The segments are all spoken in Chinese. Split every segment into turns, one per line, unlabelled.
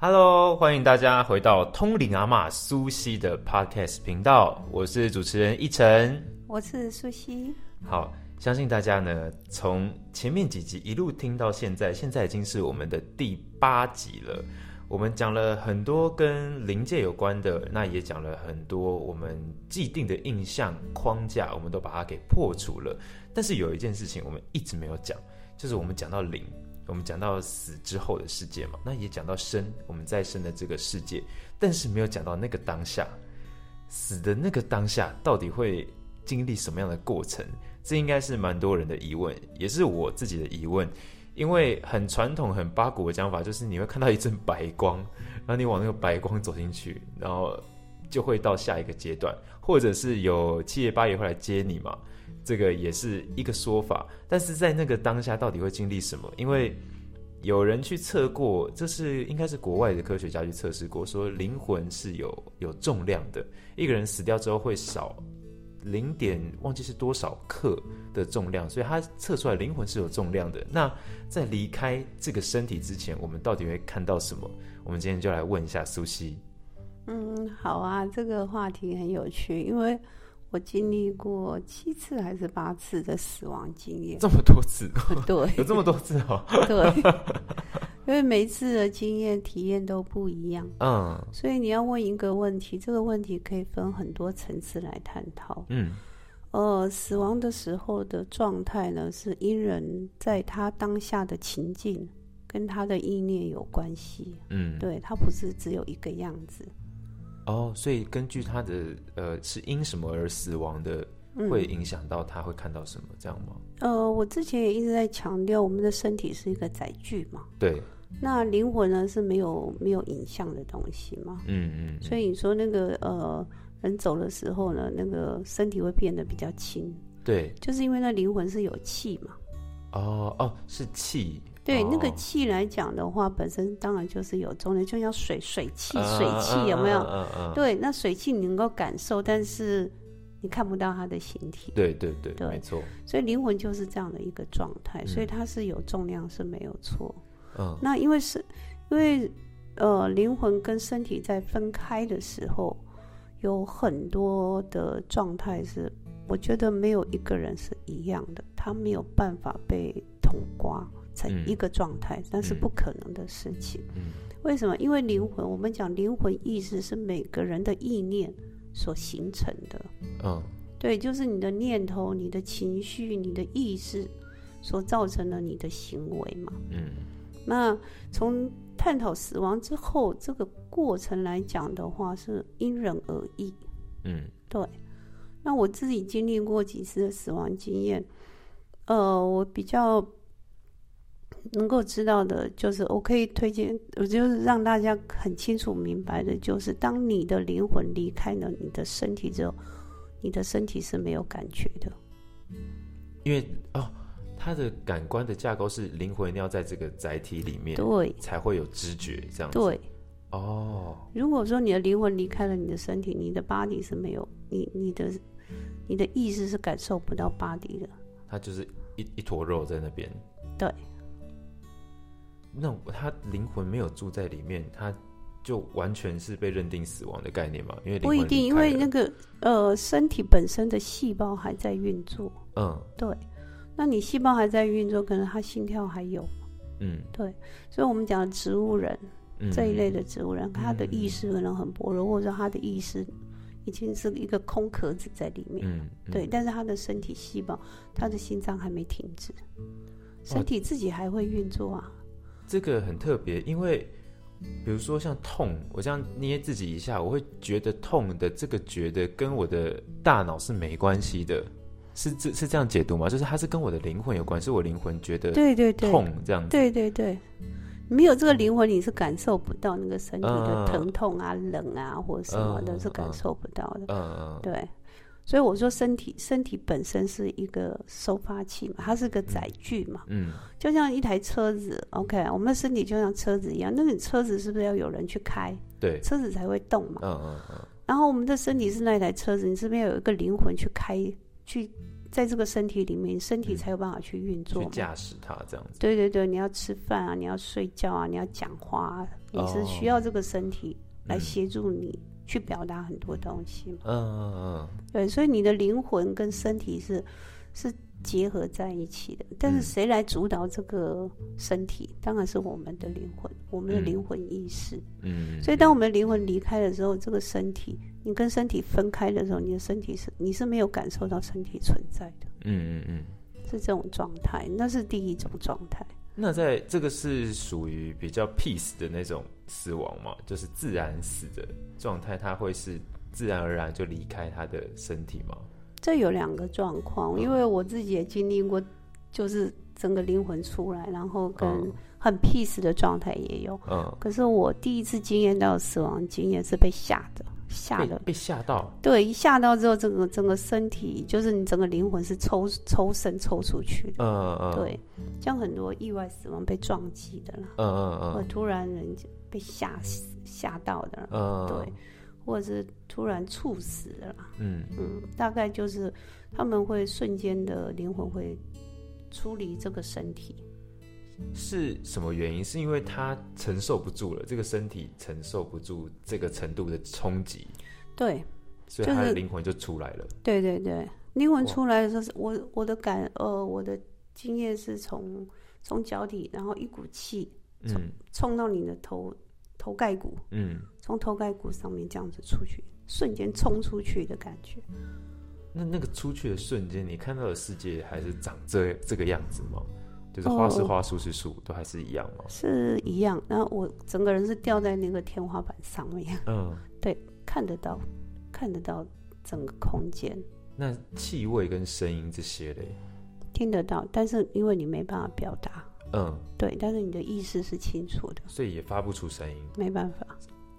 Hello，欢迎大家回到通灵阿嬷苏西的 Podcast 频道，我是主持人一晨。
我是苏西，
好，相信大家呢从前面几集一路听到现在，现在已经是我们的第八集了。我们讲了很多跟灵界有关的，那也讲了很多我们既定的印象框架，我们都把它给破除了。但是有一件事情我们一直没有讲，就是我们讲到灵，我们讲到死之后的世界嘛，那也讲到生，我们再生的这个世界，但是没有讲到那个当下，死的那个当下到底会经历什么样的过程？这应该是蛮多人的疑问，也是我自己的疑问。因为很传统、很八股的讲法，就是你会看到一阵白光，然后你往那个白光走进去，然后就会到下一个阶段，或者是有七爷八爷会来接你嘛，这个也是一个说法。但是在那个当下，到底会经历什么？因为有人去测过，这是应该是国外的科学家去测试过，说灵魂是有有重量的，一个人死掉之后会少零点忘记是多少克的重量，所以他测出来灵魂是有重量的。那在离开这个身体之前，我们到底会看到什么？我们今天就来问一下苏西。
嗯，好啊，这个话题很有趣，因为我经历过七次还是八次的死亡经验，
这么多次，
对
有这么多次哦。
对，因为每一次的经验体验都不一样，
嗯
所以你要问一个问题，这个问题可以分很多层次来探讨。
嗯
呃，死亡的时候的状态呢，是因人在他当下的情境跟他的意念有关系，
嗯，
对，它不是只有一个样子。
哦，所以根据他的呃是因什么而死亡的，
嗯
会影响到他会看到什么，这样吗？
呃，我之前也一直在强调，我们的身体是一个载具嘛，
对，
那灵魂呢是没有没有影像的东西嘛，
嗯嗯，
所以你说那个呃，人走的时候呢，那个身体会变得比较轻，
对，
就是因为那灵魂是有气嘛，
哦哦，是气，
对，那个
哦
气来讲的话，本身当然就是有重量，就像水水气
啊
水气有没有？
嗯嗯嗯嗯嗯
对，那水气你能够感受，但是你看不到它的形体，
对对对
对
没错，
所以灵魂就是这样的一个状态，所以
嗯
它是有重量是没有错。
嗯
那因为是，因为呃，灵魂跟身体在分开的时候，有很多的状态是，我觉得没有一个人是一样的，他没有办法被统刮成
嗯
一个状态，那是
嗯
不可能的事情。
嗯
为什么？因为灵魂，我们讲灵魂意识是每个人的意念所形成的，
嗯
对，就是你的念头、你的情绪、你的意识所造成了你的行为嘛。
嗯
那从探讨死亡之后这个过程来讲的话，是因人而异。
嗯
对，那我自己经历过几次的死亡经验，呃，我比较能够知道的就是，我可以推荐，我就是让大家很清楚明白的，就是当你的灵魂离开了你的身体之后，你的身体是没有感觉的。
因为哦，它的感官的架构是灵魂一定要在这个载体里面
对
才会有知觉，这样子。
对，
哦，
如果说你的灵魂离开了你的身体，你的 body 是没有，你你的你的意识是感受不到 body 的。
它就是一一坨肉在那边。
对。
那它灵魂没有住在里面，它就完全是被认定死亡的概念嘛？因为灵
不
魂
一定，
离
因
开
为
了
那个呃，身体本身的细胞还在运作。
嗯
对，那你细胞还在运作，可能它心跳还有。
嗯
所以我们讲的植物人
嗯
这一类的植物人，他的
嗯
意识可能很薄弱，或者说他的意识已经是一个空壳子在里面。
嗯嗯
对，但是他的身体细胞，他的心脏还没停止，
哇
身体自己还会运作啊。
这个很特别，因为比如说像痛，我这样捏自己一下，我会觉得痛的这个觉得跟我的大脑是没关系的，是这是这样解读吗？就是它是跟我的灵魂有关，是我灵魂觉得
对对对，
痛这样子。
对对对，没有这个灵魂，你是感受不到那个身体
嗯
的疼痛啊、冷啊或者什么
嗯
的，是
嗯
感受不到的。
嗯，嗯嗯
对，所以我说身体身体本身是一个收发器嘛，它是个载具嘛，
嗯，
就像一台车子，OK，我们的身体就像车子一样，那你车子是不是要有人去开，
对，
车子才会动嘛？
嗯嗯嗯，
然后我们的身体是那一台车子，你是不是要有一个灵魂去开去在这个身体里面，身体才有办法去运作
去
嘛。
驾驶它这样子。
对对对，你要吃饭啊，你要睡觉啊，你要讲话啊，你是需要这个身体
哦
来协助你去表达很多东西嘛。
嗯嗯嗯
对，所以你的灵魂跟身体是是结合在一起的。但
嗯
是谁来主导这个身体？当然是我们的灵魂，我们的
嗯
灵魂意识。
嗯，
所以，当我们的灵魂离开的时候，这个身体，你跟身体分开的时候，你的身体是你是没有感受到身体存在的，
嗯嗯嗯。
是这种状态，那是第一种状态。
那在这个是属于比较 peace 的那种死亡嘛，就是自然死的状态，它会是自然而然就离开他的身体吗？
这有两个状
嗯
况，因为我自己也经历过，就是整个灵魂出来，然后跟
嗯
很 peace 的状态也有。
嗯，
可是我第一次经验到死亡经验是被吓的，吓
被
的，
被吓到，
对，一吓到之后，整个整个身体就是你整个灵魂是抽抽身抽出去的，
嗯嗯，
对，像很多意外死亡被撞击的啦，
嗯，嗯嗯
或
嗯
突然人家被吓死吓到的啦，
嗯，
对，或者是突然猝死的啦，
嗯
嗯，大概就是他们会瞬间的灵魂会出离这个身体，
是什么原因？是因为他承受不住了，这个身体承受不住这个程度的冲击，
对，
所以
就是
他的灵魂就出来了。
对对对，灵魂
哇
出来的时候是，我我的感呃我的经验是从从脚底，然后一股气
嗯
冲到你的头头盖骨，
嗯，
从头盖骨上面这样子出去，瞬间冲出去的感觉。
那那个出去的瞬间，你看到的世界还是长这这个样子吗？就是花是
哦
花，树是树，都还是一样吗？
是一样，然后我整个人是掉在那个天花板上面，
嗯，
看得到，看得到整个空间，
那气味跟声音这些嘞，
听得到，但是因为你没办法表达，
嗯，
对，但是你的意识是清楚的，
所以也发不出声音
没办法，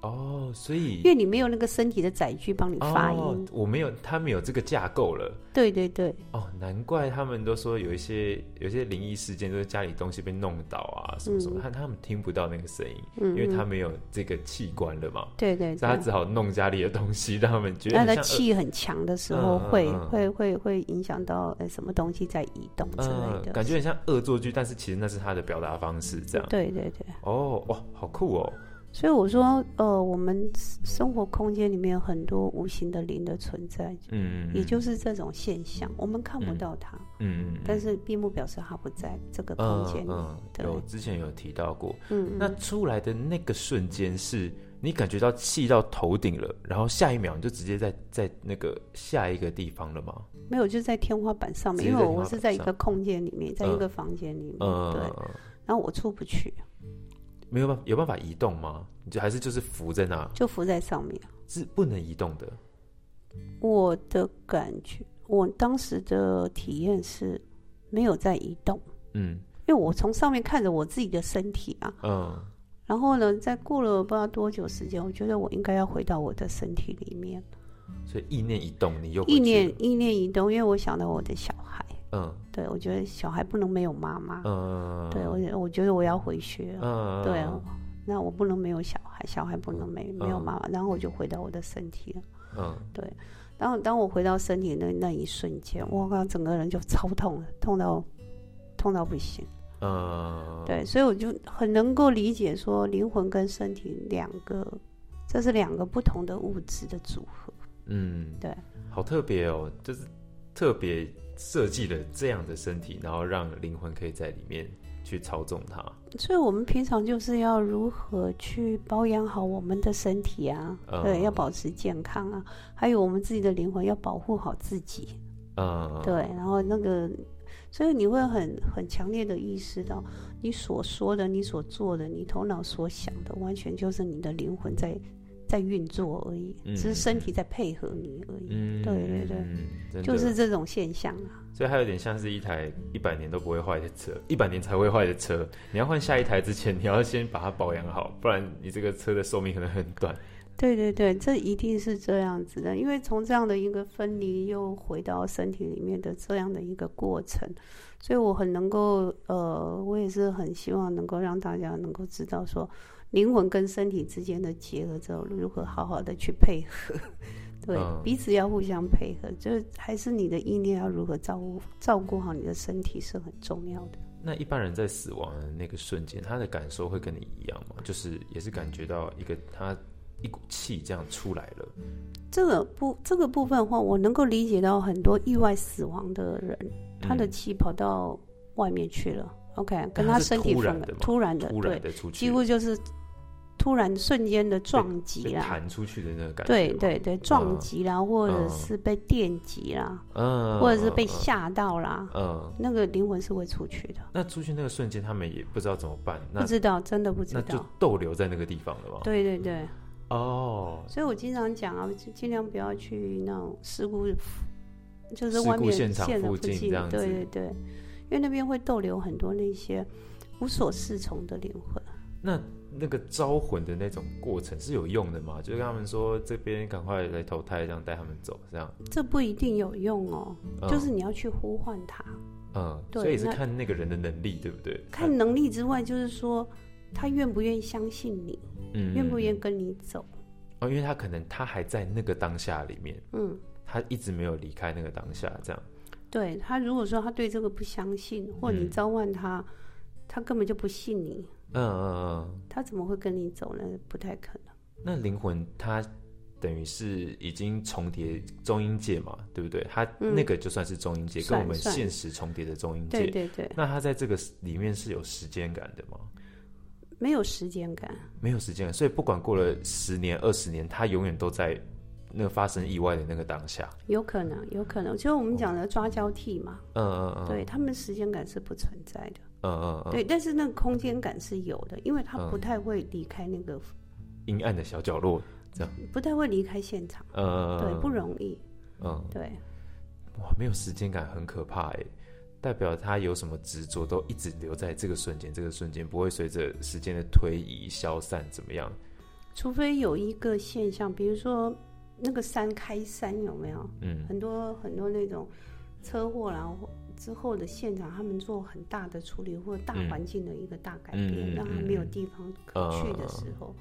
哦，所以
因为你没有那个身体的载具帮你发音，
哦，我没有，他们有这个架构了。
对对对，
哦，难怪他们都说有一些有一些灵异事件，就是家里东西被弄倒啊，什么什么，他、他们听不到那个声音，
嗯，
因为他
嗯
没有这个器官了嘛，
对对
所以他
对，
只好弄家里的东西，让他们觉得
他
很
的
像
气很强的时候
嗯
会，
嗯嗯
会会会影响到呃什么东西在移动之
嗯
类，的，
感觉很像恶作剧，但是其实那是他的表达方式，这样。
对对对。
哦，哇，好酷哦，
所以我说，呃，我们生活空间里面有很多无形的灵的存在，
嗯，
也就是这种现象，我们看不到它，
嗯，嗯
但是并不表示它不在这个空间里。
嗯嗯，
对
有之前有提到过，
嗯
那出来的那个瞬间是你感觉到气到头顶了，然后下一秒你就直接在在那个下一个地方了吗？
没有，就是在天花板上面，
直接
因
在天
为
花
我
板
是在一
上
个空间里面，在
嗯
一个房间里面，对，
嗯，
然后我出不去，
没有办法有办法移动吗？你就还是就是浮在那，
就浮在上面。
是不能移动的。
我的感觉，我当时的体验是没有在移动，
嗯
因为我从上面看着我自己的身体啊，
嗯
然后呢，在过了不知道多久时间，我觉得我应该要回到我的身体里面，
所以意念一动，你又回去
意念
了
意念移动，因为我想到我的小孩，
嗯
对我觉得小孩不能没有妈妈，
嗯，
对我我觉得我要回学，
嗯
对啊，那我不能没有小孩，小孩不能没没有妈妈，然后我就回到我的身体了。
嗯
然后当我回到身体那那一瞬间，我靠，整个人就超痛了，痛到痛到不行。
嗯，
对，所以我就很能够理解说，灵魂跟身体两个，这是两个不同的物质的组合。
嗯，
对，
好特别哦，就是特别设计了这样的身体，然后让灵魂可以在里面去操纵它。
所以我们平常就是要如何去保养好我们的身体啊，对，
嗯
要保持健康啊，还有我们自己的灵魂要保护好自己。
嗯，
对，然后那个，所以你会很很强烈的意识到，你所说的、你所做的、你头脑所想的，完全就是你的灵魂在在运作而已，
嗯
只是身体在配合你而已，
嗯，
对对对
对
就是，这种现象啊。
所以它有点像是一台一百年都不会坏的车，一百年才会坏的车。你要换下一台之前，你要先把它保养好，不然你这个车的寿命可能很短。
对对对，这一定是这样子的，因为从这样的一个分离又回到身体里面的这样的一个过程，所以我很能够，呃，我也是很希望能够让大家能够知道说，灵魂跟身体之间的结合之后，如何好好的去配合。 对，
嗯
彼此要互相配合，就是还是你的意念要如何照顾照顾好你的身体是很重要的。
那一般人在死亡的那个瞬间，他的感受会跟你一样吗？就是也是感觉到一个他一股气这样出来了，
这个部这个部分的话，我能够理解到很多意外死亡的人，他的
嗯
气跑到外面去了。OK，
但
跟
他
他
是
身体
突然
分
的吗
突然的，
突
对
然，的出去，
几乎就是突然瞬间的撞击
被
啦，
弹出去的那个感觉，
对，对对，撞
嗯
击啦，或者
嗯
是被电击啦，
嗯，
或者是被
嗯，
吓到啦，
嗯，
那个灵魂是会出去的。
那出去那个瞬间，他们也不知道怎么办，
不
那
知道，真的不知
那就嗯
道。
逗留在那个地方了吗？
对对对，
哦，
所以我经常讲啊，尽尽量不要去那种事故，就是
事
外
故
面
现场
线的
附
附
近这样
对
子
对对，因为那边会逗留很多那些无所适从的灵魂。
那那个招魂的那种过程是有用的吗？就是跟他们说这边赶快来投胎，这样带他们走，这样，
这不一定有用哦，
嗯、
就是你要去呼唤他，
嗯，
对
所以是
那
看那个人的能力，对不对？
看能力之外，就是说他愿不愿意相信你，
嗯
愿不愿
意
意跟你走。
哦，因为他可能他还在那个当下里面，
嗯，
他一直没有离开那个当下，这样，
对他如果说他对这个不相信，或你
嗯
召唤他，他根本就不信你，
嗯嗯嗯。
他怎么会跟你走呢？不太可能。
那灵魂它等于是已经重叠中阴界嘛，对不对？它
嗯
那个就算是中阴界，跟
算
我们
算
现实重叠的中阴
对
界。
对对，
那它在这个里面是有时间感的吗？
没有时间感。
没有时间感，所以不管过了十年、二十年，它永远都在那发生意外的那个当下。
有可能，有可能，就是我们讲的抓交替嘛，
嗯嗯嗯，
对他们时间感是不存在的，
嗯嗯嗯，
对，但是那个空间感是有的，因为他
嗯
不太会离开那个，
阴暗的小角落，
不太会离开现场，
嗯嗯，
对，
嗯
不，容易，
嗯，
对，
哇，没有时间感很可怕哎，代表他有什么执着都一直留在这个瞬间，这个瞬间不会随着时间的推移消散，怎么样？
除非有一个现象，比如说那个山开山有没有？
嗯
很多很多那种车祸然后之后的现场，他们做很大的处理或者大
嗯
环境的一个大改
嗯嗯
变，
呃
让他
嗯
没有
嗯
地方可去的时候，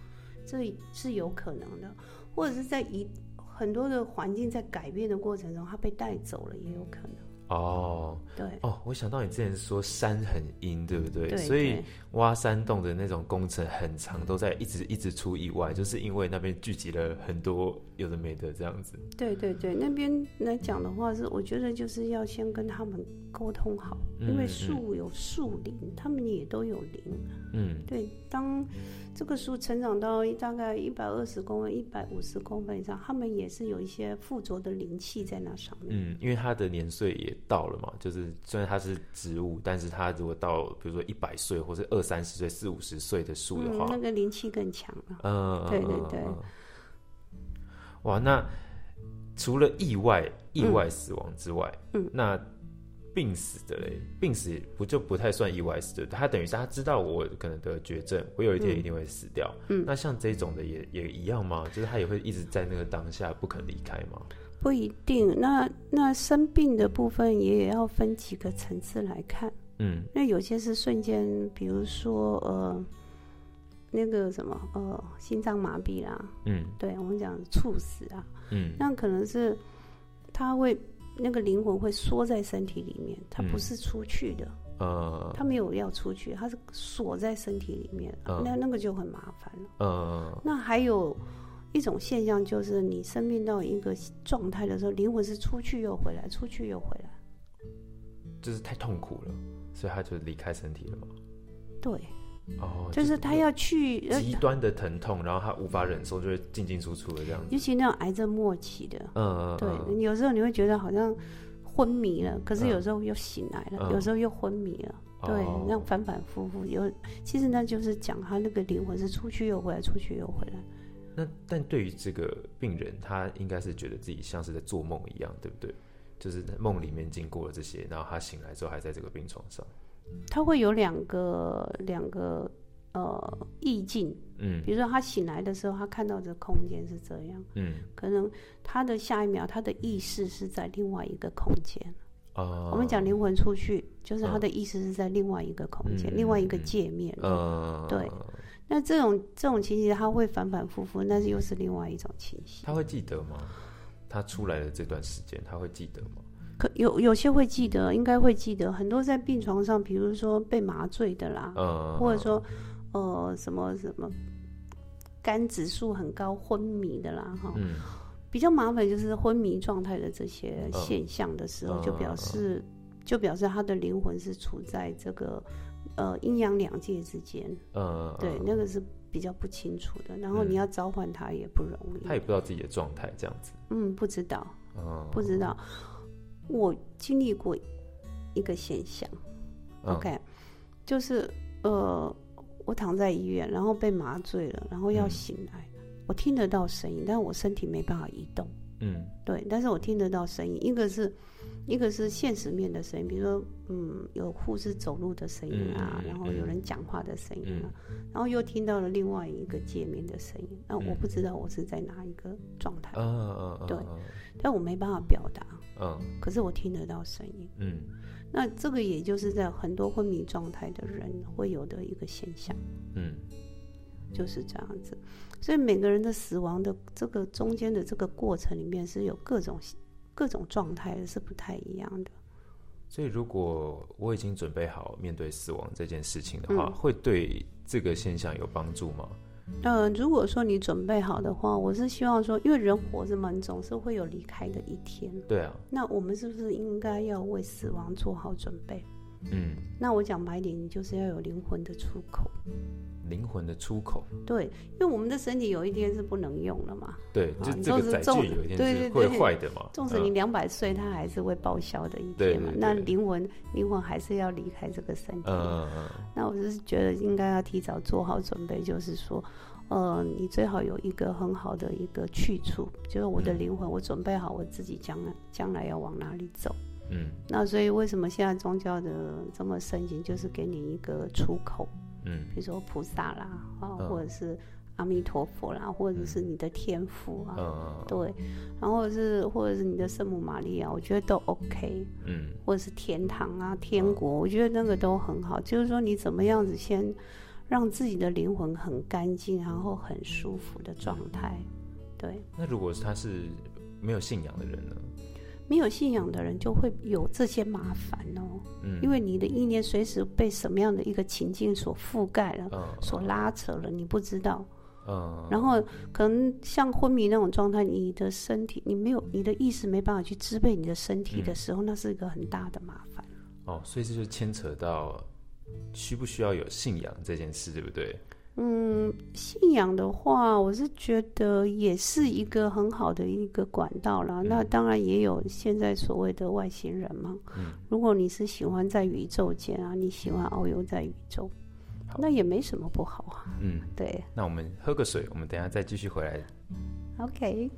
这是有可能的，或者是在一很多的环境在改变的过程中，他被带走了也有可能。
哦
对
哦，我想到你之前说山很阴，对不对？
对，
所以
对
挖山洞的那种工程很长，都在一直一直出意外，就是因为那边聚集了很多有的没的这样子。
对对对，那边来讲的话是，我觉得就是要先跟他们沟通好，因
嗯嗯
为树有树林，他们也都有林。啊
嗯
对，当这个树成长到大概一百二十公分、一百五十公分以上，它们也是有一些附着的灵气在那上面。
嗯，因为它的年岁也到了嘛，就是虽然它是植物，但是它如果到比如说一百岁或是二三十岁、四五十岁的树的话，
嗯那个灵气更强了。
嗯，
对
嗯
对
嗯
对
嗯哇，那除了意外、意外死亡之外，
嗯
那病死的嘞，病死不就不太算意外死的？他等于是他知道我可能得绝症，我有一天一定会死掉。
嗯
那像这种的也也一样吗？就是他也会一直在那个当下不肯离开吗？
不一定，那那生病的部分也要分几个层次来看。
嗯
那有些是瞬间，比如说呃，那个什么呃，心脏麻痹啦，
嗯
对我们讲猝死啊，
嗯
那可能是他会那个灵魂会缩在身体里面，他不
嗯
是出去的。
呃
他没有要出去，他是锁在身体里面，
嗯
那那个就很麻烦了。
呃
那还有一种现象就是，你生病到一个状态的时候，灵魂是出去又回来，出去又回来。
就是太痛苦了，所以他就离开身体了嘛。
对，
哦，
就是他要去，呃
极端的疼痛，然后他无法忍受，就会进进出出的这样子。
尤其那种癌症末期的，
嗯，嗯
对，
嗯
有时候你会觉得好像昏迷了，可是
嗯
有时候又醒来了，
嗯
有时候又昏迷了。对，
哦
那样反反复复有，其实那就是讲他那个灵魂是出去又回来，出去又回来。
那但对于这个病人，他应该是觉得自己像是在做梦一样，对不对？就是在梦里面经过了这些，然后他醒来之后还在这个病床上。
他会有两个两个呃意境，
嗯
比如说他醒来的时候，他看到的空间是这样，
嗯
可能他的下一秒他的意识是在另外一个空间。
哦，
我们讲灵魂出去，就是他
嗯
的意识是在另外一个空间，
嗯
另外一个
嗯嗯
界面。
呃，
对，那这种这种情形，他会反反复复，那是又是另外一种情形。
他会记得吗？他出来的这段时间，他会记得吗？
可有有些会记得，应该会记得很多在病床上，比如说被麻醉的啦，
嗯，
或者说呃什么什么肝指数很高昏迷的啦，哈，
嗯，
比较麻烦就是昏迷状态的这些
嗯
现象的时候，
嗯
就表示就表示他的灵魂是处在这个呃阴阳两界之间，
呃，
对，
嗯
那个是比较不清楚的，然后你
嗯
要召唤他也不容易，
他也不知道自己的状态这样子，
嗯，不知道。
嗯，
不知道，我经历过一个现象、
嗯
o k 就是呃，我躺在医院，然后被麻醉了，然后要
嗯
醒来，我听得到声音，但我身体没办法移动。
嗯
对，但是我听得到声音，一个是，一个是现实面的声音，比如说，嗯，有护士走路的声音啊，
嗯嗯嗯
然后有人讲话的声音啊，
嗯
然后又听到了另外一个界面的声音，那我
嗯
不知道我是在哪一个状态，
嗯嗯嗯，
对
嗯，
但我没办法表达，
嗯
可是我听得到声音。
嗯
那这个也就是在很多昏迷状态的人会有的一个现象，
嗯
就是这样子。所以每个人的死亡的这个中间的这个过程里面是有各种各种状态的，是不太一样的。
所以如果我已经准备好面对死亡这件事情的话，
嗯
会对这个现象有帮助吗？
嗯，如果说你准备好的话，我是希望说，因为人活着嘛，你总是会有离开的一天。
对啊，
那我们是不是应该要为死亡做好准备？
嗯，
那我讲白点，你就是要有灵魂的出口。
灵魂的出口，
对，因为我们的身体有一天是不能用了嘛。
对，
啊
就
你
这
说
个
是
载
纵
具有一
对
天是
对
会
对
坏的嘛，
纵使
嗯
你两百岁，它还是会报销的一
对
天嘛。
对
那
对
灵魂灵魂还是要离开这个身体。
嗯嗯嗯
那我就是觉得应该要提早做好准备，就是说，呃，你最好有一个很好的一个去处，就是我的
嗯
灵魂，我准备好我自己将来将来要往哪里走。
嗯
那所以为什么现在宗教的这么盛行，就是给你一个出口，
嗯
比如说菩萨啦，啊，
嗯
或者是阿弥陀佛啦，或者是你的天赋啊，
嗯嗯
对，然后是或者是你的圣母玛利亚，我觉得都 OK，
嗯
或者是天堂啊、天
嗯
国，我觉得那个都很好。就是说你怎么样子先让自己的灵魂很干净，然后很舒服的状态。对，
那如果他是没有信仰的人呢？
没有信仰的人就会有这些麻烦哦，
嗯，
因为你的意念随时被什么样的一个情境所覆盖了。
嗯
所拉扯了，你不知道，
嗯，
然后可能像昏迷那种状态，你的身体你没有你的意识没办法去支配你的身体的时候，那是一个很大的麻烦。
哦，所以这就牵扯到需不需要有信仰这件事，对不对？
嗯，信仰的话，我是觉得也是一个很好的一个管道啦。那当然也有现在所谓的外星人嘛。
嗯
如果你是喜欢在宇宙间啊，你喜欢遨游在宇宙
好，
那也没什么不好啊。
嗯，
对
那我们喝个水，我们等一下再继续回来
，OK。